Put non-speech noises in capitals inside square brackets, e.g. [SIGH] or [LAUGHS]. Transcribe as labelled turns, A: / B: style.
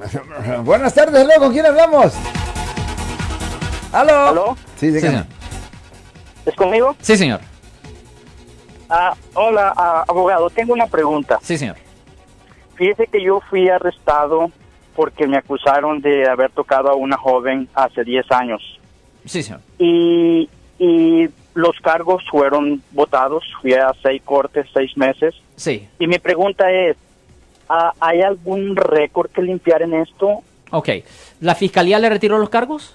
A: [LAUGHS] Buenas tardes, luego, ¿con quién hablamos? ¿Aló?
B: ¿Aló?
A: Sí,
C: Sí,
A: dígame.
C: señor.
B: ¿Es conmigo?
C: Sí, señor.
B: Ah, hola, ah, abogado. Tengo una pregunta.
C: Sí, señor.
B: Fíjese que yo fui arrestado porque me acusaron de haber tocado a una joven hace 10 años.
C: Sí, señor.
B: Y, y los cargos fueron votados. Fui a seis cortes, seis meses.
C: Sí.
B: Y mi pregunta es, ah, ¿hay algún récord que limpiar en esto?
C: Ok. ¿La fiscalía le retiró los cargos?